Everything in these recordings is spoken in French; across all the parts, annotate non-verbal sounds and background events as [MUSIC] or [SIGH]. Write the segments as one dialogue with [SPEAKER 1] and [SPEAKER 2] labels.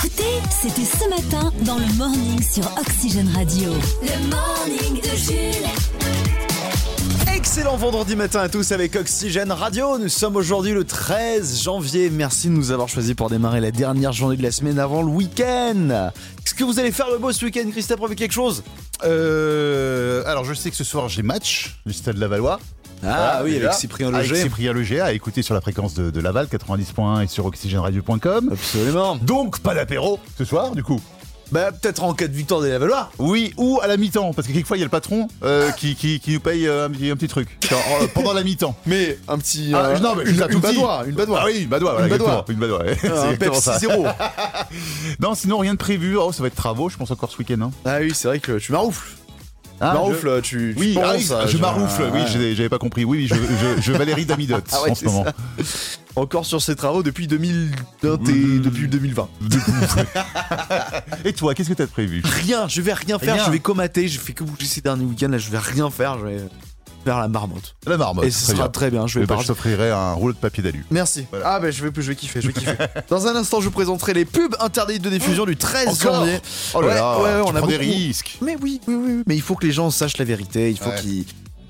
[SPEAKER 1] C'était ce matin dans le morning sur Oxygène Radio. Le morning de Jules.
[SPEAKER 2] Excellent vendredi matin à tous avec Oxygène Radio. Nous sommes aujourd'hui le 13 janvier. Merci de nous avoir choisis pour démarrer la dernière journée de la semaine avant le week-end. Est-ce que vous allez faire le beau ce week-end, Christophe, avec quelque chose
[SPEAKER 3] euh, Alors, je sais que ce soir j'ai match du Stade Lavallois.
[SPEAKER 2] Ah voilà, oui, avec Cyprien Loger.
[SPEAKER 3] Avec Cyprien Loger, à écouter sur la fréquence de, de Laval 90.1 et sur oxygèneradio.com.
[SPEAKER 2] Absolument.
[SPEAKER 3] Donc, pas d'apéro ce soir, du coup
[SPEAKER 2] bah, peut-être en cas de victoire des Lavallois.
[SPEAKER 3] Oui, ou à la mi-temps, parce que quelquefois il y a le patron euh, qui, qui, qui, nous paye euh, un, un, petit truc Genre, euh, pendant
[SPEAKER 2] [LAUGHS]
[SPEAKER 3] la mi-temps.
[SPEAKER 2] Mais un petit. euh,
[SPEAKER 3] Ah, non, mais
[SPEAKER 2] une,
[SPEAKER 3] une
[SPEAKER 2] badoie, une badoie.
[SPEAKER 3] Ah oui, une badoie, voilà,
[SPEAKER 2] une badoie.
[SPEAKER 3] Une badoie. [LAUGHS]
[SPEAKER 2] Ah, un ça. 0
[SPEAKER 3] non, sinon rien de prévu. Oh, ça va être travaux, je pense encore ce week-end. Hein.
[SPEAKER 2] Ah oui, c'est vrai que tu m'arroufles. Ah, maroufle, je... euh, tu, tu
[SPEAKER 3] oui,
[SPEAKER 2] penses,
[SPEAKER 3] ah, ça, je, je maroufle, ah, oui, ouais. j'avais pas compris. Oui, oui
[SPEAKER 2] [LAUGHS]
[SPEAKER 3] je, je, Valérie Damidot
[SPEAKER 2] Ah
[SPEAKER 3] ouais, en ce moment. Ça.
[SPEAKER 2] Encore sur ses travaux depuis 2020 et mmh. depuis 2020.
[SPEAKER 3] et toi, qu'est-ce que t'as [LAUGHS] prévu
[SPEAKER 2] Rien, je vais rien faire, rien. je vais comater, j'ai fait que bouger ces derniers week-ends, là je vais rien faire, je vais faire la marmotte.
[SPEAKER 3] La marmotte.
[SPEAKER 2] Et ce sera bien. très bien, je vais
[SPEAKER 3] bah, Je t'offrirai un rouleau de papier d'alu.
[SPEAKER 2] Merci. Voilà. Ah ben bah, je vais je vais kiffer, je vais kiffer. [LAUGHS] Dans un instant, je vous présenterai les pubs interdites de diffusion du 13
[SPEAKER 3] Encore
[SPEAKER 2] janvier.
[SPEAKER 3] Oh là là,
[SPEAKER 2] ouais, ouais, ouais,
[SPEAKER 3] on
[SPEAKER 2] a
[SPEAKER 3] des risques.
[SPEAKER 2] Mais oui, oui, oui, mais il faut que les gens sachent la vérité, il faut qu'ils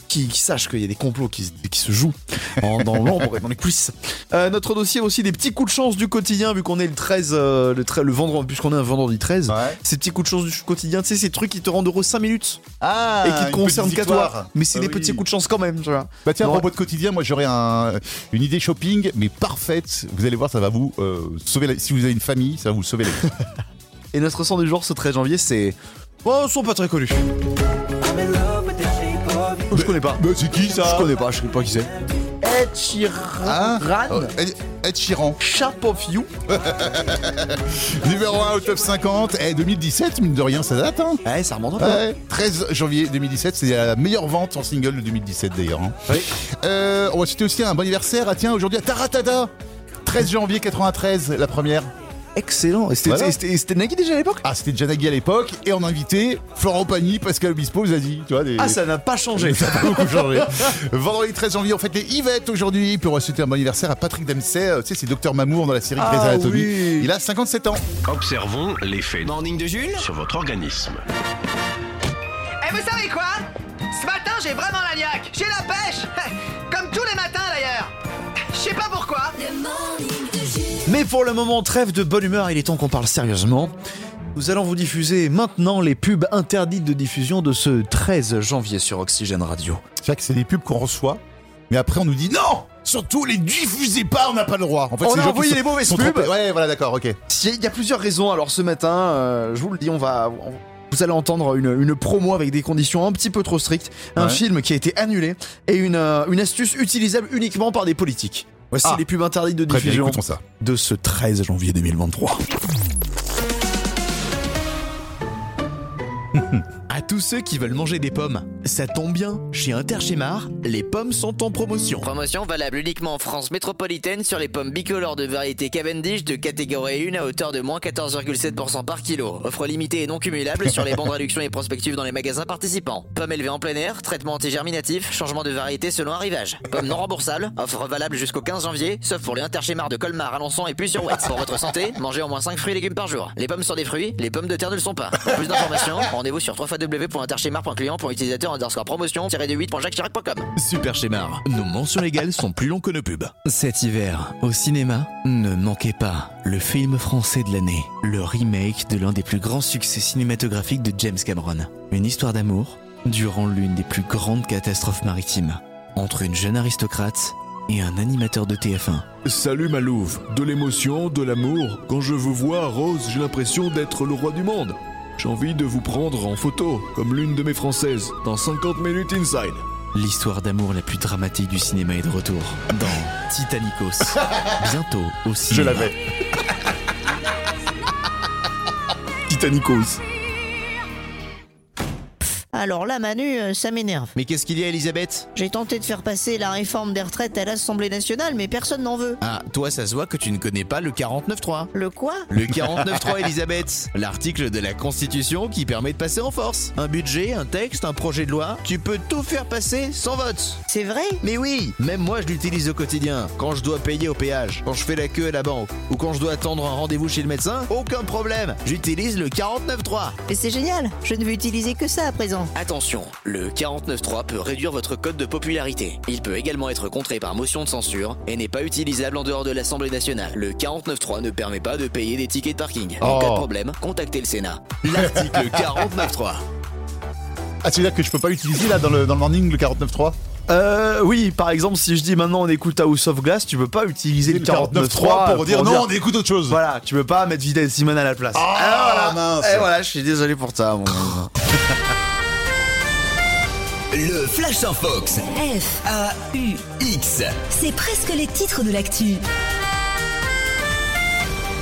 [SPEAKER 2] qui, qui, sachent qu'il y a des complots qui, qui se jouent en, dans l'ombre et dans les coulisses. Euh, notre dossier aussi des petits coups de chance du quotidien, vu qu'on est le 13, euh, le, 13 le, vendredi, puisqu'on est un vendredi 13. Ouais. Ces petits coups de chance du quotidien, tu sais, ces trucs qui te rendent heureux 5 minutes.
[SPEAKER 3] Ah,
[SPEAKER 2] et qui te concernent qu'à toi. Mais c'est Ah oui. des petits coups de chance quand même, tu vois.
[SPEAKER 3] Bah tiens, à propos de quotidien, moi j'aurais un, une idée shopping, mais parfaite. Vous allez voir, ça va vous euh, sauver. La, si vous avez une famille, ça va vous sauver la vie.
[SPEAKER 2] et notre sang du jour ce 13 janvier, c'est. Oh, ils sont pas très connus. Je connais pas.
[SPEAKER 3] Mais Bah, c'est qui ça Hein
[SPEAKER 2] Je connais pas, je sais pas qui c'est. Ed Sheeran.
[SPEAKER 3] Ah, oh, Ed, Ed Sheeran.
[SPEAKER 2] Sharp of You.
[SPEAKER 3] Numéro 1 au top 50. Eh, 2017, mine de rien, ça date. Hein.
[SPEAKER 2] Ouais, ça remonte un peu. Ouais.
[SPEAKER 3] 13 janvier 2017, c'est la meilleure vente en single de 2017 d'ailleurs. Hein.
[SPEAKER 2] Oui.
[SPEAKER 3] Euh, on va citer aussi un bon anniversaire. Ah tiens, aujourd'hui à Taratada. 13 janvier 93, la première.
[SPEAKER 2] Excellent. Et c'était voilà. Nagui déjà à l'époque
[SPEAKER 3] Ah, c'était déjà Nagui à l'époque. Et on a invité Florent Pagny, Pascal Obispo, vous a dit. Tu vois, des...
[SPEAKER 2] Ah, ça n'a pas changé.
[SPEAKER 3] [LAUGHS] ça n'a pas beaucoup changé. Vendredi 13 janvier, on fête les Yvette aujourd'hui. Puis on va souhaiter un bon anniversaire à Patrick Dempsey. Euh, Tu sais, c'est Docteur Mamour dans la série Grey's ah, Anatomy. Oui. Il a 57 ans.
[SPEAKER 4] Observons l'effet
[SPEAKER 5] Morning de Jules
[SPEAKER 4] sur votre organisme.
[SPEAKER 5] Et Eh, vous savez quoi Ce matin, j'ai vraiment la niaque. J'ai la pêche. [LAUGHS] Comme tous les matins d'ailleurs. Je sais pas pourquoi.
[SPEAKER 6] Euh,
[SPEAKER 5] Le morning
[SPEAKER 2] de Jules. Mais pour le moment, trêve de bonne humeur, il est temps qu'on parle sérieusement. Nous allons vous diffuser maintenant les pubs interdites de diffusion de ce 13 janvier sur Oxygène Radio.
[SPEAKER 3] C'est vrai que c'est des pubs qu'on reçoit, mais après on nous dit non Surtout les diffusez pas, on n'a pas le droit.
[SPEAKER 2] En fait, on a envoyé les mauvaises pubs. Trompés.
[SPEAKER 3] Ouais, voilà, d'accord, ok.
[SPEAKER 2] Il y a plusieurs raisons. Alors ce matin, euh, je vous le dis, on va, on... Vous allez entendre une, une, promo avec des conditions un petit peu trop strictes, un ouais. film qui a été annulé et une, euh, une astuce utilisable uniquement par des politiques. Voici ah. les pubs interdites de
[SPEAKER 3] Très
[SPEAKER 2] diffusion
[SPEAKER 3] bien, ça.
[SPEAKER 2] de ce 13 janvier 2023. [LAUGHS] à tous ceux qui veulent manger des pommes, ça tombe bien, chez Interchémar, les pommes sont en promotion.
[SPEAKER 7] Promotion valable uniquement en France métropolitaine sur les pommes bicolores de variété Cavendish de catégorie 1 à hauteur de moins 14,7% par kilo. Offre limitée et non cumulable sur les bandes réduction et prospectives dans les magasins participants. Pommes élevées en plein air, traitement antigerminatif, changement de variété selon arrivage. Pommes non remboursables, offre valable jusqu'au 15 janvier, sauf pour les Interchémar de Colmar, Alençon et puis sur Ouest. Pour votre santé, mangez au moins 5 fruits et légumes par jour. Les pommes sont des fruits, les pommes de terre ne le sont pas. Pour plus d'informations, rendez-vous sur 3 www.interchémar.client.utilisateur underscore promotion de 8.jacquesirac.com.
[SPEAKER 8] Super Schémar, nos mentions légales sont plus longues que nos pubs. Cet hiver, au cinéma, ne manquez pas le film français de l'année, le remake de l'un des plus grands succès cinématographiques de James Cameron. Une histoire d'amour durant l'une des plus grandes catastrophes maritimes entre une jeune aristocrate et un animateur de TF1.
[SPEAKER 9] Salut ma louve, de l'émotion, de l'amour. Quand je vous vois, Rose, j'ai l'impression d'être le roi du monde. J'ai envie de vous prendre en photo, comme l'une de mes françaises, dans 50 minutes inside.
[SPEAKER 8] L'histoire d'amour la plus dramatique du cinéma est de retour dans Titanicos. [LAUGHS] Bientôt aussi.
[SPEAKER 3] Je l'avais.
[SPEAKER 2] Titanicos.
[SPEAKER 10] Alors là, Manu, euh, ça m'énerve.
[SPEAKER 8] Mais qu'est-ce qu'il y a, Elisabeth
[SPEAKER 10] J'ai tenté de faire passer la réforme des retraites à l'Assemblée nationale, mais personne n'en veut.
[SPEAKER 8] Ah, toi, ça se voit que tu ne connais pas le 49.3.
[SPEAKER 10] Le quoi
[SPEAKER 8] Le
[SPEAKER 2] [LAUGHS]
[SPEAKER 8] 49.3, Elisabeth, l'article de la Constitution qui permet de passer en force. Un budget, un texte, un projet de loi, tu peux tout faire passer sans vote.
[SPEAKER 10] C'est vrai
[SPEAKER 8] Mais oui, même moi je l'utilise au quotidien, quand je dois payer au péage, quand je fais la queue à la banque, ou quand je dois attendre un rendez-vous chez le médecin, aucun problème, j'utilise le 49.3.
[SPEAKER 10] Mais c'est génial Je ne vais utiliser que ça à présent.
[SPEAKER 7] Attention, le 49.3 peut réduire votre code de popularité. Il peut également être contré par motion de censure et n'est pas utilisable en dehors de l'Assemblée nationale. Le 49.3 ne permet pas de payer des tickets de parking. En
[SPEAKER 3] Oh.
[SPEAKER 7] cas de problème, contactez le Sénat. L'article 49.3.
[SPEAKER 3] Ah, c'est-à-dire que je peux pas l'utiliser là dans le, dans le morning, le 49.3
[SPEAKER 2] Euh, oui, par exemple, si je dis maintenant on écoute House of Glass, tu peux pas utiliser le 49.3
[SPEAKER 3] pour dire non, on écoute autre chose.
[SPEAKER 2] Voilà, tu peux pas mettre Vidal Simon à la place.
[SPEAKER 3] Ah,
[SPEAKER 2] voilà.
[SPEAKER 3] mince.
[SPEAKER 2] Et Eh, voilà, je suis désolé pour ça. mon-
[SPEAKER 6] Le Flash en Fox.
[SPEAKER 1] F,
[SPEAKER 6] X.
[SPEAKER 1] c'est presque les titres de l'actu.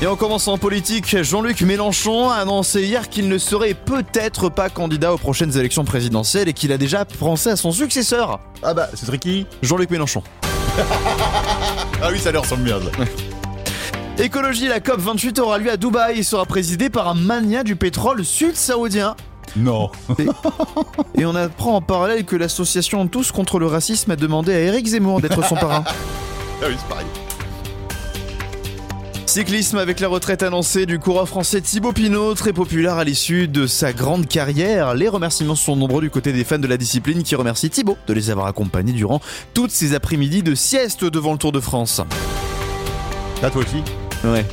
[SPEAKER 2] Et on commence en politique. Jean-Luc Mélenchon a annoncé hier qu'il ne serait peut-être pas candidat aux prochaines élections présidentielles et qu'il a déjà pensé à son successeur,
[SPEAKER 3] Ah bah, c'est tricky.
[SPEAKER 2] Jean-Luc Mélenchon.
[SPEAKER 3] Ah oui, ça leur semble bien. ça.
[SPEAKER 2] Écologie, la COP28 aura lieu à Dubaï et sera présidée par un mania du pétrole sud-saoudien.
[SPEAKER 3] non.
[SPEAKER 2] Et on apprend en parallèle que l'association Tous contre le racisme a demandé à Eric Zemmour d'être son parrain.
[SPEAKER 3] [LAUGHS] Ah oui, c'est pareil.
[SPEAKER 2] Cyclisme avec la retraite annoncée du coureur français Thibaut Pinot, très populaire à l'issue de sa grande carrière. Les remerciements sont nombreux du côté des fans de la discipline qui remercient Thibaut de les avoir accompagnés durant toutes ces après-midi de sieste devant le Tour de France.
[SPEAKER 3] Là, toi aussi.
[SPEAKER 2] Ouais.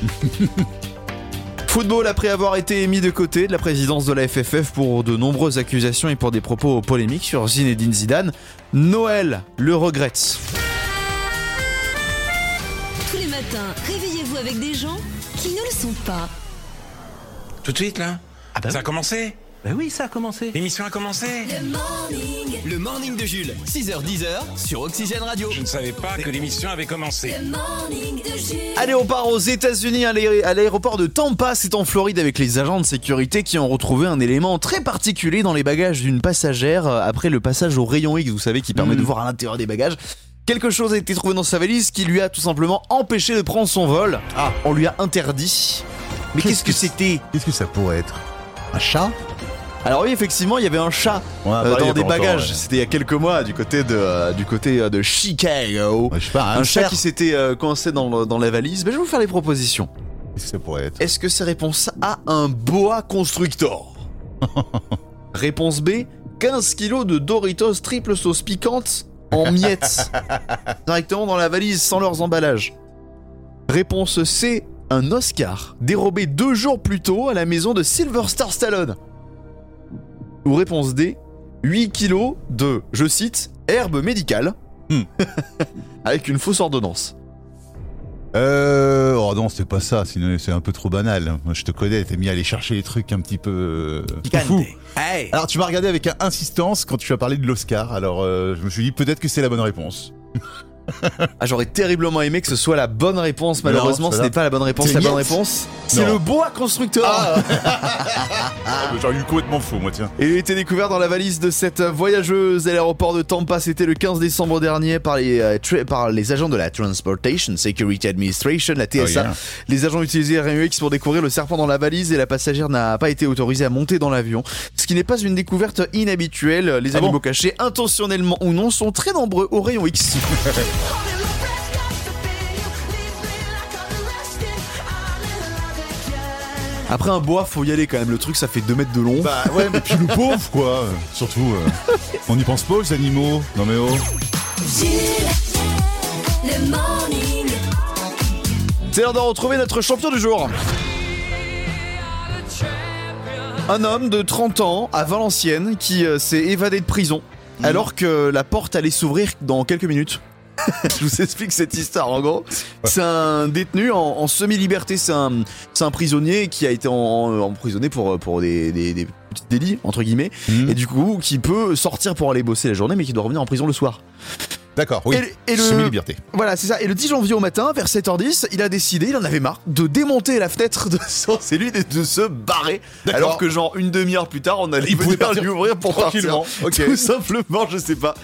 [SPEAKER 2] [LAUGHS] Football après avoir été mis de côté de la présidence de la FFF pour de nombreuses accusations et pour des propos polémiques sur Zinedine Zidane, Noël le regrette.
[SPEAKER 1] Tous les matins, réveillez-vous avec des gens qui ne le sont pas.
[SPEAKER 11] Tout de suite là
[SPEAKER 6] Ah
[SPEAKER 11] Ça a commencé
[SPEAKER 6] Ben bah oui, ça a commencé.
[SPEAKER 11] L'émission a commencé
[SPEAKER 1] Le morning,
[SPEAKER 6] Le morning de Jules. 6h10 sur Oxygène Radio.
[SPEAKER 11] Je ne savais pas que l'émission avait commencé.
[SPEAKER 1] le morning de Jules.
[SPEAKER 2] Allez, on part aux États-Unis à l'aé- à l'aéroport de Tampa, c'est en Floride avec les agents de sécurité qui ont retrouvé un élément très particulier dans les bagages d'une passagère euh, après le passage au rayon X, vous savez, qui permet de
[SPEAKER 3] Mhm.
[SPEAKER 2] voir à l'intérieur des bagages. Quelque chose a été trouvé dans sa valise qui lui a tout simplement empêché de prendre son vol. Ah, on lui a interdit. Mais qu'est-ce que c'était
[SPEAKER 3] Qu'est-ce que ça pourrait être Un chat
[SPEAKER 2] Alors oui, effectivement, il y avait un chat euh,
[SPEAKER 3] Ouais, bah, il y
[SPEAKER 2] dans
[SPEAKER 3] a pas
[SPEAKER 2] des
[SPEAKER 3] longtemps,
[SPEAKER 2] bagages.
[SPEAKER 3] ouais.
[SPEAKER 2] C'était il y a quelques mois du côté de euh, du côté euh, de Chicago.
[SPEAKER 3] Ouais, Je sais pas,
[SPEAKER 2] Un, chat
[SPEAKER 3] cerf.
[SPEAKER 2] qui s'était euh, coincé dans, le- dans la valise. Ben, je vais vous faire les propositions.
[SPEAKER 3] Qu'est-ce que ça pourrait être
[SPEAKER 2] Est-ce que c'est réponse A, un boa constructor Réponse B, 15 kilos de Doritos triple sauce piquante en miettes, directement dans la valise sans leurs emballages. Réponse C, un Oscar, dérobé deux jours plus tôt à la maison de Silver Star Stallone. Ou réponse D, 8 kilos de, je cite, herbe médicale,
[SPEAKER 3] Hmm.
[SPEAKER 2] [LAUGHS] avec une fausse ordonnance.
[SPEAKER 3] Euh. Oh non, c'est pas ça, sinon c'est un peu trop banal. Moi, je te connais, t'es mis à aller chercher les trucs un petit peu. euh, fous.
[SPEAKER 8] Hey
[SPEAKER 3] Alors, tu m'as regardé avec insistance quand tu as parlé de l'Oscar, alors euh, je me suis dit peut-être que c'est la bonne réponse.
[SPEAKER 2] Ah, j'aurais terriblement aimé que ce soit la bonne réponse. Malheureusement,
[SPEAKER 3] Non,
[SPEAKER 2] ce
[SPEAKER 3] ça
[SPEAKER 2] n'est
[SPEAKER 3] va.
[SPEAKER 2] pas la bonne réponse.
[SPEAKER 3] C'est
[SPEAKER 2] La bonne
[SPEAKER 3] Miette.
[SPEAKER 2] réponse, c'est
[SPEAKER 3] Non.
[SPEAKER 2] le bois constructeur.
[SPEAKER 3] Ah, J'aurais eu complètement fou, moi, tiens.
[SPEAKER 2] Et il a été découvert dans la valise de cette voyageuse à l'aéroport de Tampa. C'était le 15 décembre dernier par les, euh, tra- par les agents de la Transportation Security Administration, la TSA.
[SPEAKER 3] Oh, yeah.
[SPEAKER 2] Les agents utilisaient RMUX pour découvrir le serpent dans la valise et la passagère n'a pas été autorisée à monter dans l'avion. Ce qui n'est pas une découverte inhabituelle. Les
[SPEAKER 3] Ah
[SPEAKER 2] animaux
[SPEAKER 3] bon
[SPEAKER 2] cachés, intentionnellement ou non, sont très nombreux au rayon
[SPEAKER 3] [LAUGHS]
[SPEAKER 2] X. Après un bois, faut y aller quand même. Le truc, ça fait 2 mètres de long.
[SPEAKER 3] Bah ouais, mais puis le pauvre, quoi. Surtout, euh, on n'y pense pas aux animaux. Non mais oh.
[SPEAKER 1] Jules, le morning,
[SPEAKER 2] C'est l'heure de retrouver notre champion du jour. Un homme de 30 ans à Valenciennes qui euh, s'est évadé de prison alors que la porte allait s'ouvrir dans quelques minutes. Je vous explique cette histoire en gros. C'est un détenu en, en semi-liberté, c'est un, c'est un prisonnier qui a été en- en- emprisonné pour, pour des, des- des petits délits, entre guillemets,
[SPEAKER 3] Mhm.
[SPEAKER 2] et du coup qui peut sortir pour aller bosser la journée mais qui doit revenir en prison le soir.
[SPEAKER 3] D'accord, oui.
[SPEAKER 2] Et, et le-
[SPEAKER 3] Semi-liberté.
[SPEAKER 2] Voilà, c'est ça. Et le 10 janvier au matin, vers 7h10, il a décidé, il en avait marre, de démonter la fenêtre de [LAUGHS] son cellule et de se barrer.
[SPEAKER 3] D'accord.
[SPEAKER 2] Alors que, genre, une demi-heure plus tard, on allait
[SPEAKER 3] Il pouvait
[SPEAKER 2] venir
[SPEAKER 3] partir
[SPEAKER 2] lui ouvrir pour
[SPEAKER 3] tranquillement.
[SPEAKER 2] partir. [LAUGHS]
[SPEAKER 3] Ok.
[SPEAKER 2] Tout simplement, je sais pas.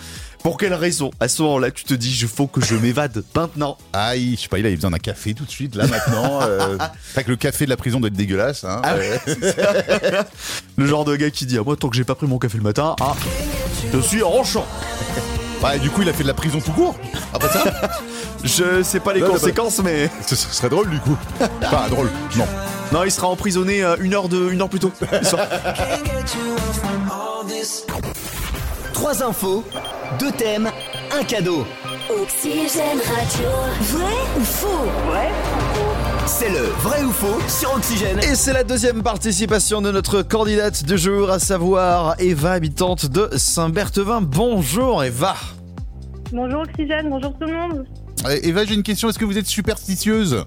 [SPEAKER 2] Pour quelle raison À ce moment-là, tu te dis, je faut que je m'évade maintenant.
[SPEAKER 3] Aïe, je sais pas, il avait besoin d'un café tout de suite, là, maintenant.
[SPEAKER 2] [LAUGHS]
[SPEAKER 3] euh, fait que le café de la prison doit être dégueulasse. Hein,
[SPEAKER 2] Ah.
[SPEAKER 3] ouais.
[SPEAKER 2] Le genre de gars qui dit, ah, moi, tant que j'ai pas pris mon café le matin, ah, je suis en Ah, champ.
[SPEAKER 3] Bah, du coup, il a fait de la prison tout court. Après ça,
[SPEAKER 2] bah,
[SPEAKER 3] [LAUGHS]
[SPEAKER 2] Je sais pas les
[SPEAKER 3] Non, bah, t'as pas-
[SPEAKER 2] conséquences, mais.
[SPEAKER 3] ce ce serait drôle, du coup. Pas drôle, non.
[SPEAKER 2] Non, il sera emprisonné euh, une, heure de, une heure plus tôt. Il sera-
[SPEAKER 6] Trois infos, deux thèmes, un cadeau.
[SPEAKER 1] Oxygène Radio. Vrai ou faux
[SPEAKER 6] C'est le vrai ou faux sur Oxygène.
[SPEAKER 2] Et c'est la deuxième participation de notre candidate du jour, à savoir Eva, habitante de Saint-Berthevin. Bonjour Eva.
[SPEAKER 12] Bonjour Oxygène, bonjour tout le monde.
[SPEAKER 3] Euh, Eva, j'ai une question. Est-ce que vous êtes superstitieuse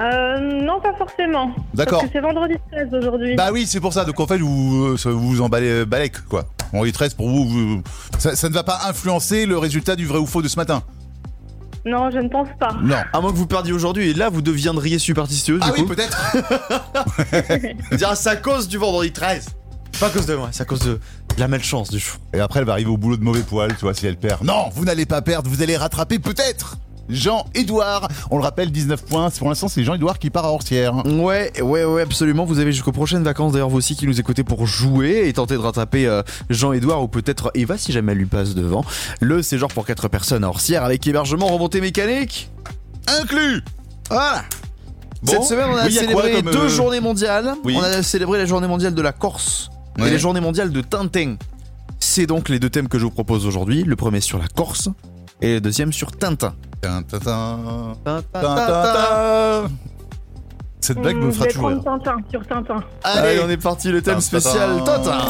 [SPEAKER 12] Euh, non, pas forcément.
[SPEAKER 3] D'accord.
[SPEAKER 12] Parce que c'est vendredi 13 aujourd'hui.
[SPEAKER 3] Bah oui, c'est pour ça. Donc en fait, vous euh, ça- vous, vous emballez euh, balèque, quoi. On est 13 pour vous. vous- ça, ça ne va pas influencer le résultat du vrai ou faux de ce matin.
[SPEAKER 12] Non, je ne pense pas.
[SPEAKER 3] Non.
[SPEAKER 2] À moins que vous perdiez aujourd'hui, et là vous deviendriez superstitieuse
[SPEAKER 3] Ah
[SPEAKER 2] du
[SPEAKER 3] oui,
[SPEAKER 2] coup.
[SPEAKER 3] peut-être.
[SPEAKER 2] Vous direz, Ah, c'est à cause du vendredi 13. Pas à cause de moi, c'est à cause de, de la malchance du jour.
[SPEAKER 3] Et après, elle va arriver au boulot de mauvais poil, tu vois, si elle perd. Non, vous n'allez pas perdre, vous allez rattraper peut-être. Jean-Édouard, on le rappelle, 19 points. Pour l'instant, c'est Jean-Édouard qui part à Orsières.
[SPEAKER 2] Ouais, ouais, ouais, absolument. Vous avez jusqu'aux prochaines vacances d'ailleurs, vous aussi qui nous écoutez pour jouer et tenter de rattraper euh, Jean-Edouard ou peut-être Eva si jamais elle lui passe devant. Le séjour pour 4 personnes à Orsières avec hébergement, remontée mécanique.
[SPEAKER 3] Inclus
[SPEAKER 2] Voilà.
[SPEAKER 3] Bon.
[SPEAKER 2] Ah, Cette semaine, on a
[SPEAKER 3] Oui, y a quoi
[SPEAKER 2] célébré
[SPEAKER 3] comme,
[SPEAKER 2] deux
[SPEAKER 3] euh,
[SPEAKER 2] journées mondiales.
[SPEAKER 3] Oui.
[SPEAKER 2] On a célébré la journée mondiale de la Corse
[SPEAKER 3] Ouais.
[SPEAKER 2] et la journée mondiale de Tintin. C'est donc les deux thèmes que je vous propose aujourd'hui. Le premier sur la Corse et le deuxième sur Tintin.
[SPEAKER 3] Tin, tin, tin.
[SPEAKER 2] Tintin,
[SPEAKER 3] Tin, tin, tin. Cette blague me fera
[SPEAKER 12] je vais
[SPEAKER 3] toujours
[SPEAKER 12] prendre
[SPEAKER 3] rire.
[SPEAKER 12] Tintin sur Tintin.
[SPEAKER 2] Allez, on est parti, le thème
[SPEAKER 3] Tin, tin,
[SPEAKER 2] spécial
[SPEAKER 3] tin.
[SPEAKER 2] Tintin.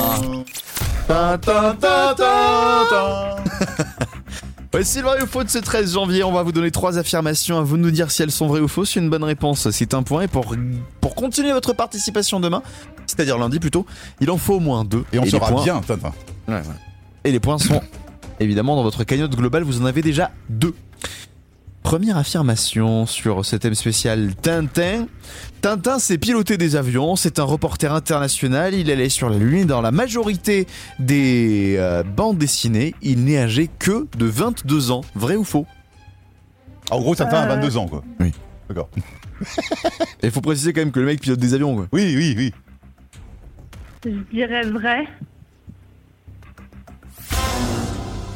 [SPEAKER 2] Tintin, Tintin, Tintin. Ouais, c'est le vrai ou faux de ce 13 janvier. On va vous donner trois affirmations à vous de nous dire si elles sont vraies ou fausses. Une bonne réponse, c'est un point. Et pour, pour continuer votre participation demain, c'est-à-dire lundi plutôt, il en faut au moins deux.
[SPEAKER 3] Et on
[SPEAKER 2] les
[SPEAKER 3] saura
[SPEAKER 2] points-
[SPEAKER 3] bien, Tintin.
[SPEAKER 2] Ouais, ouais. Et les points sont évidemment dans votre cagnotte globale. Vous en avez déjà deux. Première affirmation sur ce thème spécial Tintin. Tintin s'est piloté des avions, c'est un reporter international, il allait sur la Lune et dans la majorité des euh, bandes dessinées, il n'est âgé que de 22 ans. Vrai ou faux
[SPEAKER 3] En gros, Tintin a
[SPEAKER 12] Euh.
[SPEAKER 3] 22 ans, quoi.
[SPEAKER 2] Oui.
[SPEAKER 3] D'accord.
[SPEAKER 2] Il faut préciser quand même que le mec pilote des avions. quoi.
[SPEAKER 3] Oui, oui, oui.
[SPEAKER 12] Je dirais vrai.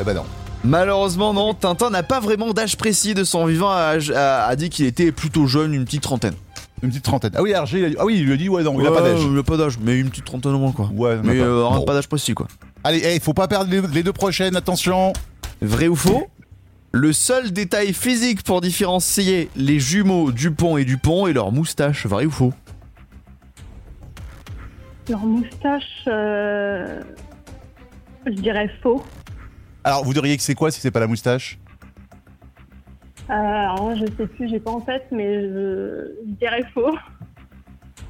[SPEAKER 3] Eh ben non.
[SPEAKER 2] Malheureusement non, Tintin n'a pas vraiment d'âge précis de son vivant, a, a- a dit qu'il était plutôt jeune, une petite trentaine.
[SPEAKER 3] Une petite trentaine. Ah oui, Hergé, il a dit. Ah oui, il lui a dit, ouais, non, il a pas
[SPEAKER 2] Ouais,
[SPEAKER 3] d'âge.
[SPEAKER 2] Il a pas d'âge, mais une petite trentaine au moins quoi.
[SPEAKER 3] Ouais, il en a
[SPEAKER 2] Mais
[SPEAKER 3] pas.
[SPEAKER 2] euh, rien
[SPEAKER 3] Bon.
[SPEAKER 2] pas d'âge précis quoi.
[SPEAKER 3] Allez, eh, faut pas perdre les, les deux prochaines, attention.
[SPEAKER 2] Vrai ou faux Le seul détail physique pour différencier les jumeaux Dupont et Dupont est leur moustache. Vrai ou faux
[SPEAKER 12] Leur moustache, euh, je dirais faux.
[SPEAKER 3] Alors, vous diriez que c'est quoi si c'est pas la moustache
[SPEAKER 12] Euh, alors, je sais plus, j'ai pas en tête, mais je, je dirais faux.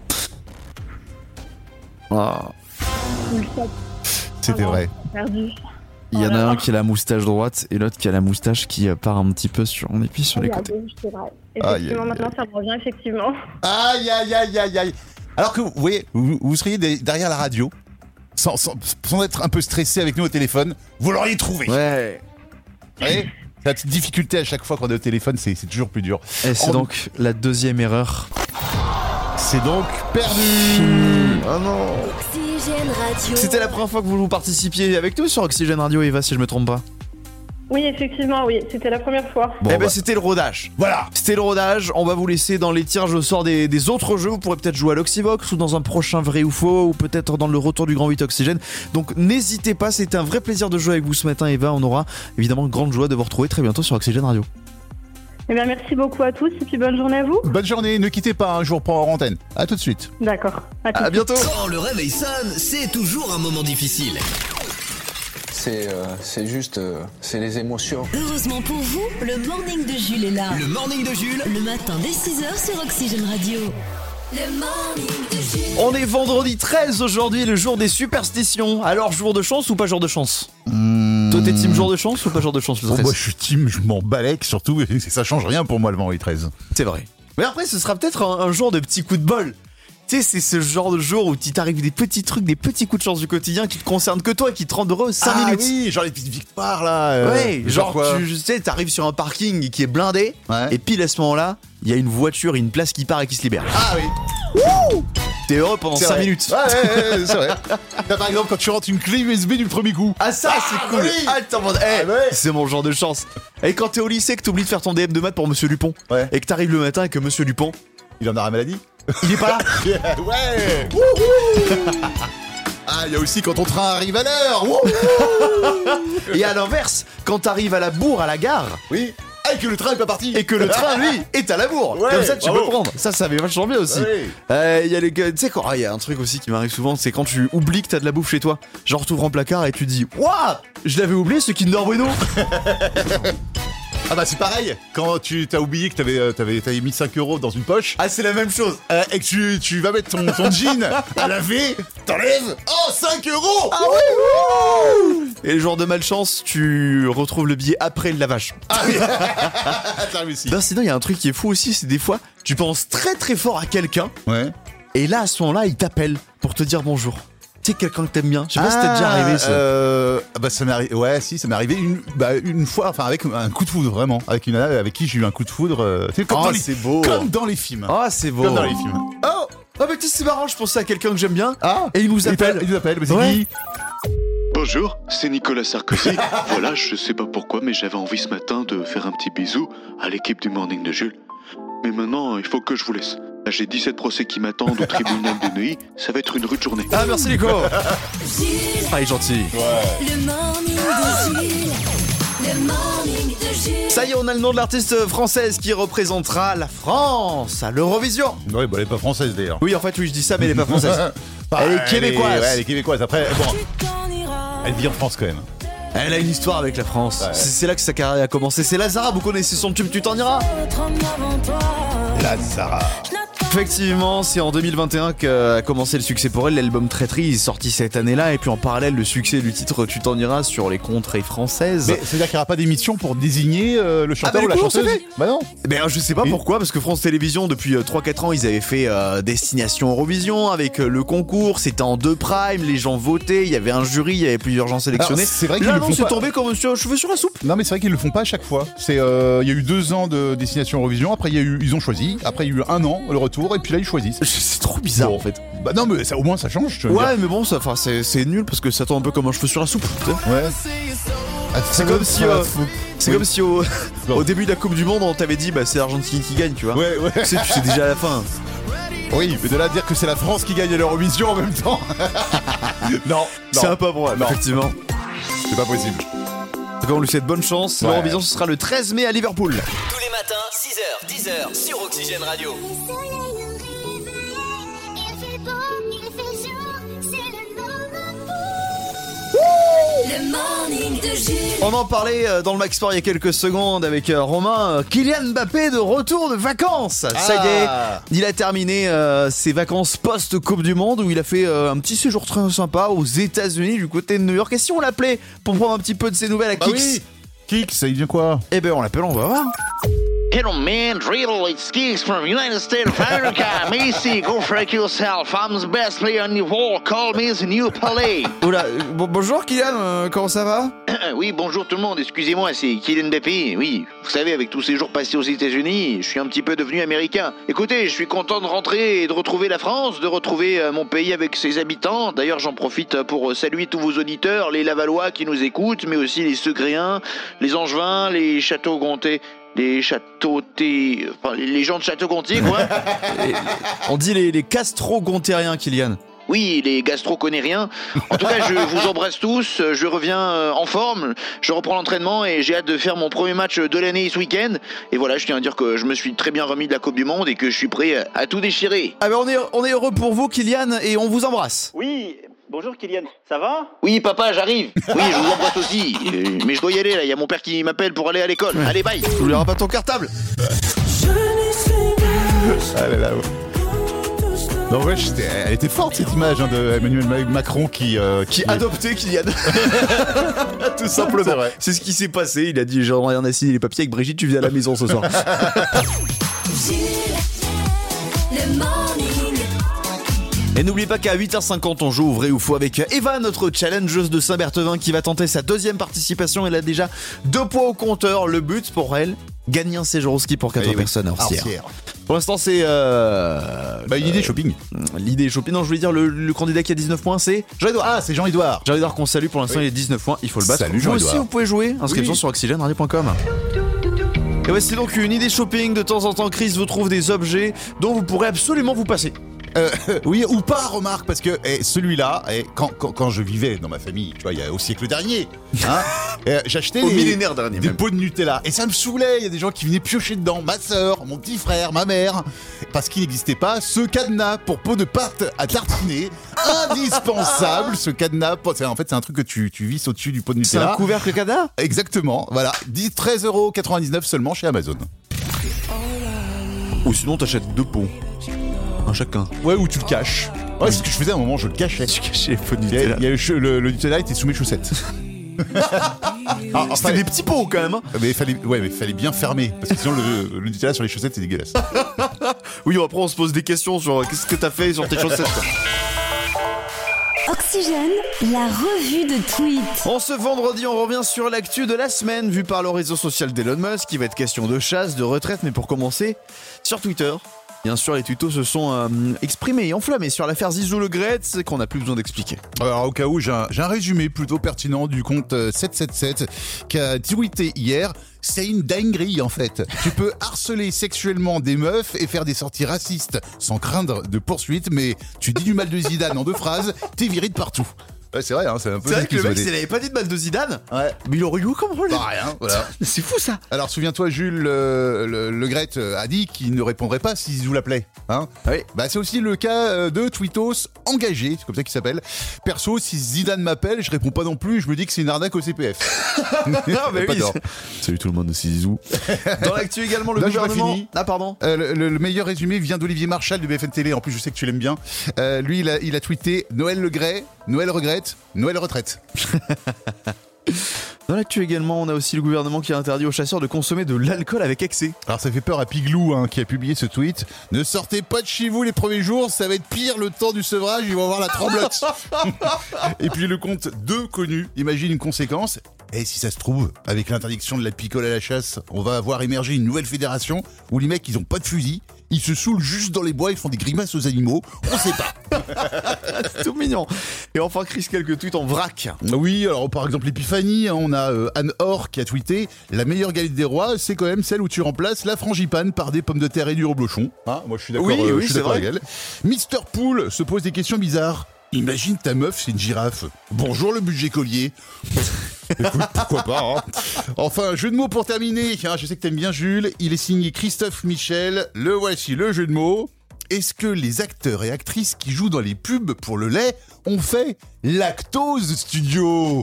[SPEAKER 12] [LAUGHS]
[SPEAKER 2] Ah,
[SPEAKER 12] Ou le chapeau,
[SPEAKER 3] C'était
[SPEAKER 12] non.
[SPEAKER 3] vrai.
[SPEAKER 12] perdu.
[SPEAKER 2] Il y en a
[SPEAKER 12] Voilà.
[SPEAKER 2] un qui a la moustache droite et l'autre qui a la moustache qui euh, part un petit peu sur, on est pis sur les
[SPEAKER 12] Oui, à
[SPEAKER 2] côtés.
[SPEAKER 12] gauche, c'est vrai.
[SPEAKER 3] Aïe,
[SPEAKER 12] Effectivement,
[SPEAKER 3] aïe,
[SPEAKER 12] maintenant ça me revient, effectivement.
[SPEAKER 3] Aïe, aïe, aïe, aïe, aïe. Alors que vous voyez, vous, vous seriez des- derrière la radio, sans, sans- sans être un peu stressé avec nous au téléphone, vous l'auriez trouvé.
[SPEAKER 2] Ouais.
[SPEAKER 3] Vous voyez la petite difficulté à chaque fois qu'on est au téléphone, c'est c'est toujours plus dur.
[SPEAKER 2] Et c'est
[SPEAKER 3] On-
[SPEAKER 2] donc la deuxième erreur.
[SPEAKER 3] C'est donc perdu.
[SPEAKER 2] Ah non.
[SPEAKER 1] Oxygène Radio.
[SPEAKER 2] C'était la première fois que vous vous participiez avec nous sur Oxygène Radio, Eva, si je me trompe pas.
[SPEAKER 12] Oui, effectivement, oui. C'était la première fois.
[SPEAKER 3] Bon,
[SPEAKER 2] eh
[SPEAKER 3] bah,
[SPEAKER 2] ben, c'était le rodage.
[SPEAKER 3] voilà.
[SPEAKER 2] C'était le rodage, on va vous laisser dans les tirages au sort des, des autres jeux, vous pourrez peut-être jouer à l'Oxybox ou dans un prochain vrai ou faux, ou peut-être dans le retour du Grand 8 Oxygène. Donc n'hésitez pas, c'était un vrai plaisir de jouer avec vous ce matin Eva, on aura évidemment grande joie de vous retrouver très bientôt sur Oxygène Radio.
[SPEAKER 12] Eh bien, merci beaucoup à tous et puis bonne journée à vous.
[SPEAKER 3] Bonne journée, ne quittez pas, hein, je vous reprends en antenne. À tout de suite.
[SPEAKER 12] D'accord. À tout de
[SPEAKER 2] À
[SPEAKER 12] suite.
[SPEAKER 2] bientôt
[SPEAKER 6] Quand le réveil sonne, c'est toujours un moment difficile.
[SPEAKER 13] C'est euh, c'est juste, euh, c'est les émotions.
[SPEAKER 1] Heureusement pour vous, le morning de Jules est là.
[SPEAKER 6] Le morning de Jules.
[SPEAKER 1] Le matin dès 6h sur Oxygène Radio. Le morning de Jules.
[SPEAKER 2] On est vendredi 13 aujourd'hui, le jour des superstitions. Alors jour de chance ou pas jour de chance Toi Toi, t'es team jour de chance ou pas jour de chance le
[SPEAKER 3] Oh,
[SPEAKER 2] 13
[SPEAKER 3] moi, je suis team, je m'en balèque surtout, et ça change rien pour moi le vendredi 13.
[SPEAKER 2] C'est vrai. Mais après, ce sera peut-être un, un jour de petits coups de bol. Tu sais, c'est ce genre de jour où il t'arrive des petits trucs, des petits coups de chance du quotidien qui te concernent que toi, qui te rendent heureux 5
[SPEAKER 3] Ah
[SPEAKER 2] minutes.
[SPEAKER 3] oui, genre les petites victoires là. euh,
[SPEAKER 2] ouais, genre,
[SPEAKER 3] quoi
[SPEAKER 2] tu tu sais, t'arrives sur un parking qui est blindé, et pile à ce moment-là, il y a une voiture et une place qui part et qui se libère.
[SPEAKER 3] Ah oui.
[SPEAKER 2] T'es heureux pendant
[SPEAKER 3] C'est
[SPEAKER 2] 5
[SPEAKER 3] vrai.
[SPEAKER 2] minutes.
[SPEAKER 3] Ouais, ouais, ouais, c'est vrai. [LAUGHS] Là, par exemple, quand tu rentres une clé USB du premier coup.
[SPEAKER 2] Ah, ça, c'est cool.
[SPEAKER 3] oui.
[SPEAKER 2] Ah, t'en demandes- eh, C'est mon genre de chance. Et quand t'es au lycée, que t'oublies de faire ton DM de maths pour Monsieur Dupont, et que t'arrives le matin et que Monsieur Dupont.
[SPEAKER 3] Il en a la maladie
[SPEAKER 2] Il est
[SPEAKER 3] [LAUGHS]
[SPEAKER 2] pas là
[SPEAKER 3] Ouais Ah, il y a aussi quand ton train arrive à l'heure Wouhou
[SPEAKER 2] [LAUGHS] Et à l'inverse, quand t'arrives à la bourre, à la gare.
[SPEAKER 3] Oui. Ah, et que le train est pas parti
[SPEAKER 2] Et que le train, lui, est à la bourre
[SPEAKER 3] Ouais,
[SPEAKER 2] Comme ça, tu peux
[SPEAKER 3] bravo.
[SPEAKER 2] le prendre Ça, ça m'est vachement bien aussi
[SPEAKER 3] Ouais.
[SPEAKER 2] Euh, Il y a les gars- Tu sais, quand- ah, il y a un truc aussi qui m'arrive souvent, c'est quand tu oublies que t'as de la bouffe chez toi. Genre, t'ouvres un placard et tu dis Waouh Je l'avais oublié, ce Kinder Bueno
[SPEAKER 3] Ah bah c'est pareil, quand tu t'as oublié que t'avais euh, t'avais- t'avais mis 5 euros dans une poche. Euh,
[SPEAKER 2] Ah c'est la même chose
[SPEAKER 3] Et que tu, tu vas mettre ton, ton jean à laver, t'enlèves Oh 5 euros Ah
[SPEAKER 2] oui Et le jour de malchance, tu retrouves le billet après le lavage. Non, sinon, il y a un truc qui est fou aussi, c'est des fois, tu penses très très fort à quelqu'un.
[SPEAKER 3] Ouais.
[SPEAKER 2] Et là, à ce moment-là, il t'appelle pour te dire bonjour. Tu sais, quelqu'un que t'aimes bien. Je sais pas si t'es
[SPEAKER 3] Ah,
[SPEAKER 2] déjà arrivé ça.
[SPEAKER 3] euh, ah bah ça m'est arrivé. Ouais, si, ça m'est arrivé une, bah, une fois, enfin avec un coup de foudre vraiment, avec une nana avec qui j'ai eu un coup de foudre. euh, tu sais, comme
[SPEAKER 2] Oh,
[SPEAKER 3] dans les-
[SPEAKER 2] c'est beau.
[SPEAKER 3] Comme dans les films.
[SPEAKER 2] Ah, c'est beau.
[SPEAKER 3] Comme dans les films.
[SPEAKER 2] Oh Ah, mais tu sais, c'est marrant, je pensais à quelqu'un que j'aime bien. Ah
[SPEAKER 3] Ah.
[SPEAKER 2] Et il nous appelle.
[SPEAKER 3] Il nous appelle, mais c'est qui
[SPEAKER 14] Bonjour, c'est Nicolas Sarkozy. voilà, je sais pas pourquoi, mais j'avais envie ce matin de faire un petit bisou à l'équipe du Morning de Jules. Mais maintenant, il faut que je vous laisse. Là, J'ai 17 procès qui m'attendent au tribunal de Neuilly. Ça va être une rude journée.
[SPEAKER 2] Ah, merci Nico
[SPEAKER 3] [LAUGHS]
[SPEAKER 2] Ah, il est gentil.
[SPEAKER 1] Le morning de Jules. Le morning de Jules.
[SPEAKER 2] Ça y est, on a le nom de l'artiste française qui représentera la France à l'Eurovision.
[SPEAKER 3] Ouais, bah elle est pas française d'ailleurs.
[SPEAKER 2] Oui, en fait, oui, je dis ça, mais elle est pas
[SPEAKER 3] [LAUGHS]
[SPEAKER 2] française. elle est québécoise.
[SPEAKER 3] ouais, Bah, elle est québécoise. Après, bon, elle vit en France quand même.
[SPEAKER 2] Elle a une histoire avec la France. C'est c'est là que sa carrière a commencé. C'est Lazara, vous connaissez son tube, tu t'en iras
[SPEAKER 3] Lazara.
[SPEAKER 2] Effectivement, c'est en 2021 qu'a commencé le succès pour elle. L'album Traîtrise, sorti cette année-là. Et puis en parallèle, le succès du titre Tu t'en iras sur les contrées françaises.
[SPEAKER 3] Mais c'est-à-dire qu'il n'y aura pas d'émission pour désigner euh, le chanteur
[SPEAKER 2] bah,
[SPEAKER 3] ou la
[SPEAKER 2] du coup, c'est
[SPEAKER 3] chanteuse
[SPEAKER 2] fait.
[SPEAKER 3] Bah non.
[SPEAKER 2] Ben je sais pas pourquoi parce que France Télévisions depuis euh, 3-4 ans ils avaient fait euh, Destination Eurovision avec euh, le concours c'était en deux primes les gens votaient il y avait un jury il y avait plusieurs gens sélectionnés
[SPEAKER 3] Alors, c'est vrai qu'ils
[SPEAKER 2] là
[SPEAKER 3] le
[SPEAKER 2] non
[SPEAKER 3] font
[SPEAKER 2] c'est
[SPEAKER 3] pas.
[SPEAKER 2] tombé comme sur cheveux sur la soupe
[SPEAKER 3] Non mais c'est vrai qu'ils le font pas à chaque fois. C'est euh, il y a eu deux ans de destination Eurovision, après il y a eu ils ont choisi, après il y a eu un an le retour et puis là ils choisissent.
[SPEAKER 2] C'est trop bizarre en fait.
[SPEAKER 3] Bah non mais ça, au moins ça change. Tu vois
[SPEAKER 2] ouais mais bon ça enfin c'est c'est nul parce que ça tombe un peu comme un cheveu sur la soupe tu sais.
[SPEAKER 3] Ouais. Ah,
[SPEAKER 2] c'est comme si euh, c'est
[SPEAKER 3] Oui.
[SPEAKER 2] comme si au, au début de la Coupe du Monde on t'avait dit bah c'est l'Argentine qui gagne tu vois
[SPEAKER 3] Ouais, ouais.
[SPEAKER 2] tu sais tu sais déjà à la fin
[SPEAKER 3] [LAUGHS] Oui, mais de là à dire que c'est la France qui gagne à l'Eurovision en même temps. [LAUGHS] non,
[SPEAKER 2] c'est un peu probable
[SPEAKER 3] Non.
[SPEAKER 2] effectivement
[SPEAKER 3] c'est pas possible.
[SPEAKER 2] En tout cas, on lui souhaite bonne chance
[SPEAKER 3] Ouais.
[SPEAKER 2] l'Eurovision ce sera le 13 mai à Liverpool
[SPEAKER 6] Tous les matins, 6h, 10h, sur Oxygène Radio.
[SPEAKER 1] Le morning de Jules.
[SPEAKER 2] On en parlait euh, dans le Max Sport il y a quelques secondes avec euh, Romain. Euh, Kylian Mbappé de retour de vacances. Ça y est,
[SPEAKER 3] Ah.
[SPEAKER 2] il a terminé euh, ses vacances post-Coupe du Monde où il a fait euh, un petit séjour très sympa aux États-Unis du côté de New York. Et si on l'appelait pour prendre un petit peu de ses nouvelles à
[SPEAKER 3] Bah
[SPEAKER 2] Kix
[SPEAKER 3] oui. Kix, ça vient quoi
[SPEAKER 2] Eh ben on l'appelle, on va voir.
[SPEAKER 15] Hello, man. Driddle, it's Geeks from United States of America.
[SPEAKER 7] [LAUGHS]
[SPEAKER 15] Macy, go fuck yourself. I'm the best player in the world. Call me the new Pelé.
[SPEAKER 2] Oula, euh, bon- bonjour Kylian, euh, comment ça va
[SPEAKER 15] [LAUGHS] oui, bonjour tout le monde. Excusez-moi, c'est Kylian Mbappé. Oui, vous savez, avec tous ces jours passés aux États-Unis, je suis un petit peu devenu américain. Écoutez, je suis content de rentrer et de retrouver la France, de retrouver euh, mon pays avec ses habitants. D'ailleurs, j'en profite euh, pour saluer tous vos auditeurs, les Lavallois qui nous écoutent, mais aussi les Segréens, les Angevins, les Château-Gontais. Les châteaux enfin, les gens de Château-Gontier, quoi.
[SPEAKER 2] On dit les, les castro-gontériens, Kylian.
[SPEAKER 15] Oui, les gastro connaît rien. En tout cas, je vous embrasse tous. euh, Je reviens euh, en forme. Je reprends l'entraînement et j'ai hâte de faire mon premier match de l'année ce week-end. Et voilà, je tiens à dire que je me suis très bien remis de la Coupe du Monde et que je suis prêt à tout déchirer.
[SPEAKER 2] Ah ben on est, on est heureux pour vous Kylian et on vous embrasse.
[SPEAKER 15] Oui, bonjour Kylian, ça va Oui, papa, j'arrive. Oui, je vous embrasse aussi. Euh, Mais je dois y aller là. Il y a mon père qui m'appelle pour aller à l'école. Allez, bye.
[SPEAKER 2] Tu oublieras pas ton cartable
[SPEAKER 3] Ah là là, ouais. Non, ouais, j'étais- elle était forte cette image hein, de Emmanuel Ma- Macron qui, euh,
[SPEAKER 2] Qui adoptait Kylian. [LAUGHS] Tout
[SPEAKER 3] C'est
[SPEAKER 2] simplement.
[SPEAKER 3] vrai.
[SPEAKER 2] C'est ce qui s'est passé. Il a dit genre, on a signé les papiers avec Brigitte, tu viens à la maison ce soir.
[SPEAKER 1] Jules, le morning.
[SPEAKER 2] [LAUGHS] Et n'oubliez pas qu'à 8h50, on joue au vrai ou faux avec Eva, notre challengeuse de Saint-Berthevin qui va tenter sa deuxième participation. Elle a déjà deux points au compteur. Le but pour elle, gagner un séjour au ski pour 4
[SPEAKER 3] Eh oui,
[SPEAKER 2] personnes à Orsières.
[SPEAKER 3] Orsières.
[SPEAKER 2] Pour l'instant, c'est. Euh, bah, l'idée shopping. L'idée shopping. Non, je voulais dire, le, le candidat qui a 19 points, c'est Jean-Edouard. Ah, c'est Jean-Edouard. Jean-Edouard qu'on salue. Pour l'instant, il a 19 points. Il faut le battre.
[SPEAKER 3] Salut,
[SPEAKER 2] Vous
[SPEAKER 3] Jean-Édouard.
[SPEAKER 2] aussi, vous pouvez jouer. Inscription
[SPEAKER 3] Oui.
[SPEAKER 2] sur oxygène.com. Et ouais, c'est donc une idée shopping. De temps en temps, Chris vous trouve des objets dont vous pourrez absolument vous passer.
[SPEAKER 3] Euh, oui, ou pas, remarque, parce que eh, celui-là, eh, quand, quand, quand je vivais dans ma famille, tu vois, il y a au siècle dernier, [LAUGHS] hein, eh, j'achetais
[SPEAKER 2] Au
[SPEAKER 3] des-
[SPEAKER 2] millénaire dernier,
[SPEAKER 3] des
[SPEAKER 2] même.
[SPEAKER 3] pots de Nutella. Et ça me saoulait, il y a des gens qui venaient piocher dedans, ma soeur, mon petit frère, ma mère, parce qu'il n'existait pas ce cadenas pour pot de pâte à tartiner, indispensable, ce cadenas. pour- c'est- En fait, c'est un truc que tu, tu vis au-dessus du pot de
[SPEAKER 2] C'est
[SPEAKER 3] Nutella.
[SPEAKER 2] un couvercle cadenas
[SPEAKER 3] Exactement, voilà, 10 13,99€ seulement chez Amazon.
[SPEAKER 2] Ou sinon, t'achètes deux pots. Un chacun.
[SPEAKER 3] Ouais, ou tu le caches. Ouais, c'est ce que je faisais à un moment, je le cachais. Je
[SPEAKER 2] cachais les pots de
[SPEAKER 3] Nutella. Il y a le, che- le- le Nutella était sous mes [LAUGHS] chaussettes. Ah,
[SPEAKER 2] C'était des petits pots quand même. hein.
[SPEAKER 3] Mais il fallait, ouais, mais il fallait bien fermer. Parce que sinon, le, le Nutella sur les chaussettes, c'est dégueulasse.
[SPEAKER 2] Oui, après, on se pose des questions sur euh, qu'est-ce que t'as fait sur tes chaussettes. quoi.
[SPEAKER 1] Oxygène, la revue de tweets.
[SPEAKER 2] En ce vendredi, on revient sur l'actu de la semaine vue par le réseau social d'Elon Musk, qui va être question de chasse, de retraite, mais pour commencer, sur Twitter. Bien sûr, les tutos se sont euh, exprimés et enflammés sur l'affaire Zizou Le Gret, c'est qu'on n'a plus besoin d'expliquer.
[SPEAKER 3] Alors, Euh, au cas où, j'ai un, j'ai un résumé plutôt pertinent du compte euh, 777 qui a tweeté hier. C'est une dinguerie en fait. Tu peux [LAUGHS] harceler sexuellement des meufs et faire des sorties racistes sans craindre de poursuite, mais tu dis du mal de Zidane en deux phrases, t'es viré de partout. Ouais, c'est vrai, hein, c'est un peu
[SPEAKER 2] C'est vrai que le mec,
[SPEAKER 3] excuse-moi,
[SPEAKER 2] s'il avait pas dit de mal de Zidane,
[SPEAKER 3] Ouais.
[SPEAKER 2] mais il aurait eu comment le-
[SPEAKER 3] Bah, rien, voilà.
[SPEAKER 2] [LAUGHS] C'est fou ça.
[SPEAKER 3] Alors souviens-toi, Jules euh, Le, Le Gret euh, a dit qu'il ne répondrait pas si Zizou l'appelait. Hein
[SPEAKER 2] Ah
[SPEAKER 3] bah, c'est aussi le cas euh, de Twitos engagé, c'est comme ça qu'il s'appelle. Perso, si Zidane m'appelle, je réponds pas non plus. Je me dis que c'est une arnaque au CPF.
[SPEAKER 2] [LAUGHS] Ah, bah
[SPEAKER 3] [LAUGHS] Pas
[SPEAKER 2] oui.
[SPEAKER 3] tort.
[SPEAKER 2] Salut tout le monde, c'est Zizou. [LAUGHS] Dans l'actu également, le
[SPEAKER 3] Non, j'ai pas
[SPEAKER 2] gouvernement.
[SPEAKER 3] fini.
[SPEAKER 2] Ah, pardon.
[SPEAKER 3] Euh, le, le- le meilleur résumé vient d'Olivier Marchal de BFM Télé. En plus, je sais que tu l'aimes bien. Euh, lui, il a, il a tweeté Noël Le Gret, Noël regrette, Noël retraite.
[SPEAKER 2] Dans l'actu également, on a aussi le gouvernement qui a interdit aux chasseurs de consommer de l'alcool avec excès.
[SPEAKER 3] Alors ça fait peur à Piglou hein, qui a publié ce tweet. Ne sortez pas de chez vous les premiers jours, ça va être pire le temps du sevrage, ils vont avoir la tremblote. Et puis le compte 2 connu imagine une conséquence. Et si ça se trouve, avec l'interdiction de la picole à la chasse, on va avoir émergé une nouvelle fédération où les mecs ils ont pas de fusil, ils se saoulent juste dans les bois, ils font des grimaces aux animaux, on sait pas.
[SPEAKER 2] C'est [LAUGHS] tout mignon. Et enfin, Chris, quelques tweets en vrac.
[SPEAKER 3] Oui, alors par exemple Épiphanie, hein, on a euh, Anne Or qui a tweeté La meilleure galette des rois, c'est quand même celle où tu remplaces la frangipane par des pommes de terre et du reblochon. Hein, moi je suis d'accord
[SPEAKER 2] Oui, oui,
[SPEAKER 3] euh, je suis
[SPEAKER 2] c'est
[SPEAKER 3] d'accord
[SPEAKER 2] vrai.
[SPEAKER 3] avec elle. Mister Pool se pose des questions bizarres. Imagine ta meuf, c'est une girafe. Bonjour le budget collier. Écoute, pourquoi pas. hein. Enfin, jeu de mots pour terminer. hein, je sais que t'aimes bien Jules. Il est signé Christophe Michel. Le voici, le jeu de mots. Est-ce que les acteurs et actrices qui jouent dans les pubs pour le lait ont fait Lactose Studio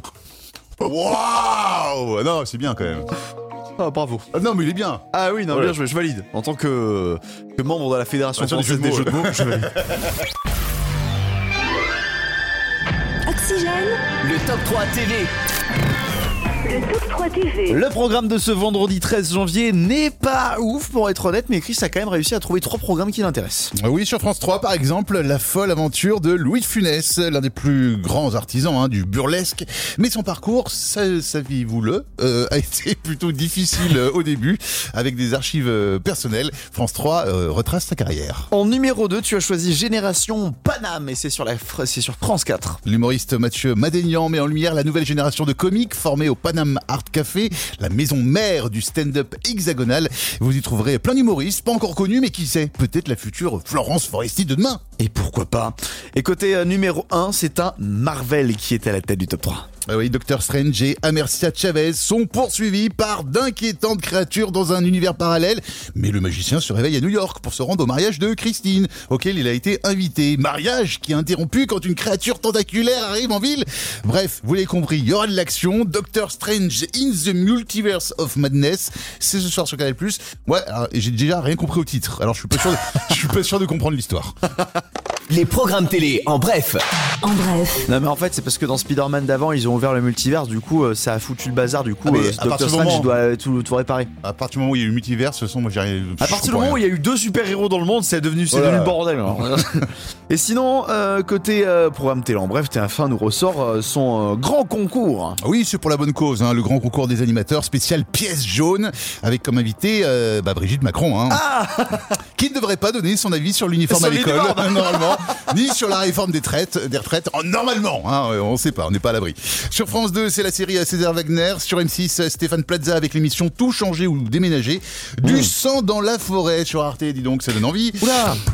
[SPEAKER 3] Waouh Non, c'est bien quand même.
[SPEAKER 2] Ah, bravo.
[SPEAKER 3] Ah non, mais il est bien.
[SPEAKER 2] Ah oui, non,
[SPEAKER 3] Voilà.
[SPEAKER 2] bien joué, je valide. En tant que, que membre de la Fédération
[SPEAKER 3] Ah, sur les
[SPEAKER 2] française des
[SPEAKER 3] jeux
[SPEAKER 2] jeux
[SPEAKER 3] de
[SPEAKER 2] de
[SPEAKER 3] mots,
[SPEAKER 2] mots, je valide.
[SPEAKER 1] Oxygène,
[SPEAKER 6] Le top 3 TV.
[SPEAKER 1] le top 3 TV.
[SPEAKER 2] Le programme de ce vendredi 13 janvier n'est pas ouf pour être honnête, mais Chris a quand même réussi à trouver trois programmes qui l'intéressent.
[SPEAKER 3] Ah Oui, sur France 3, par exemple, la folle aventure de Louis de Funès, l'un des plus grands artisans hein, du burlesque. Mais son parcours, sa- saviez-vous-le, euh, a [LAUGHS] été plutôt difficile euh, au début, avec des archives euh, personnelles. France 3 euh, retrace sa carrière.
[SPEAKER 2] En numéro 2, tu as choisi Génération Paname et c'est sur, la fr- c'est sur France 4.
[SPEAKER 3] L'humoriste Mathieu Madénian met en lumière la nouvelle génération de comiques formée au Panam Art Café, la maison mère du stand-up hexagonal. Vous y trouverez plein d'humoristes, pas encore connus, mais qui sait, peut-être la future Florence Foresti de demain.
[SPEAKER 2] Et pourquoi pas Et côté euh, numéro 1, c'est un Marvel qui est à la tête du top 3.
[SPEAKER 3] Ah oui, Doctor Strange et Amercia Chavez sont poursuivis par d'inquiétantes créatures dans un univers parallèle. Mais le magicien se réveille à New York pour se rendre au mariage de Christine, auquel il a été invité. Mariage qui est interrompu quand une créature tentaculaire arrive en ville. Bref, vous l'avez compris, il y aura de l'action. Doctor Strange in the Multiverse of Madness, c'est ce soir sur Canal+. [LAUGHS] Ouais, alors, j'ai déjà rien compris au titre, alors je suis pas sûr de, je suis pas sûr de comprendre l'histoire.
[SPEAKER 6] Les programmes télé, en bref.
[SPEAKER 1] En bref.
[SPEAKER 2] Non mais en fait c'est parce que dans Spider-Man d'avant ils ont ouvert le multiverse du coup euh, ça a foutu le bazar du coup
[SPEAKER 3] Ah, mais
[SPEAKER 2] euh,
[SPEAKER 3] à
[SPEAKER 2] Doctor
[SPEAKER 3] partir du
[SPEAKER 2] Strange
[SPEAKER 3] moment-
[SPEAKER 2] doit euh, tout, tout réparer.
[SPEAKER 3] À partir du moment où il y a eu le multivers, de toute façon, moi j'ai rien.
[SPEAKER 2] À partir du moment où il y a eu deux super-héros dans le monde, c'est devenu, c'est
[SPEAKER 3] Oh là
[SPEAKER 2] devenu le
[SPEAKER 3] là.
[SPEAKER 2] bordel. alors. Et sinon, euh, côté euh, programme télé, en bref, TF1 nous ressort euh, son euh, grand concours.
[SPEAKER 3] Ah Oui, c'est pour la bonne cause, hein, le grand concours des animateurs spécial pièce jaune, avec comme invité euh, bah, Brigitte Macron, hein,
[SPEAKER 2] [LAUGHS]
[SPEAKER 3] qui ne devrait pas donner son avis sur l'uniforme
[SPEAKER 2] Ah Sur
[SPEAKER 3] à l'école,
[SPEAKER 2] l'uniforme.
[SPEAKER 3] [LAUGHS] normalement, ni sur la réforme des traites, des retraites, oh, normalement, hein, euh, on ne sait pas, on n'est pas à l'abri. Sur France 2, c'est la série euh, César Wagner, sur M6, euh, Stéphane Plaza avec l'émission Tout changer ou déménager,
[SPEAKER 2] Mmh.
[SPEAKER 3] du sang dans la forêt sur Arte, dis donc, ça donne envie.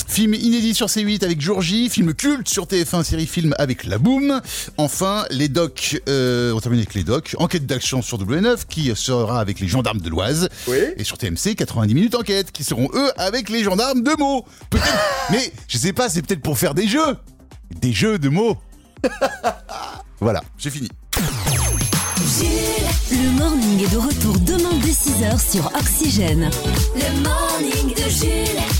[SPEAKER 3] Film inédit sur C8 avec Jour J, film culte sur TF1, série film avec La Boum. Enfin, les docs, euh, on termine avec les docs. Enquête d'action sur W9 qui sera avec les gendarmes de l'Oise. Et sur TMC, 90 minutes enquête qui seront eux avec les gendarmes de mots. Peut-être, [LAUGHS] mais je sais pas, c'est peut-être pour faire des jeux. Des jeux de mots. [LAUGHS] voilà, j'ai fini.
[SPEAKER 1] Jules, le morning est de retour demain dès 6h sur Oxygène. Le morning de Jules.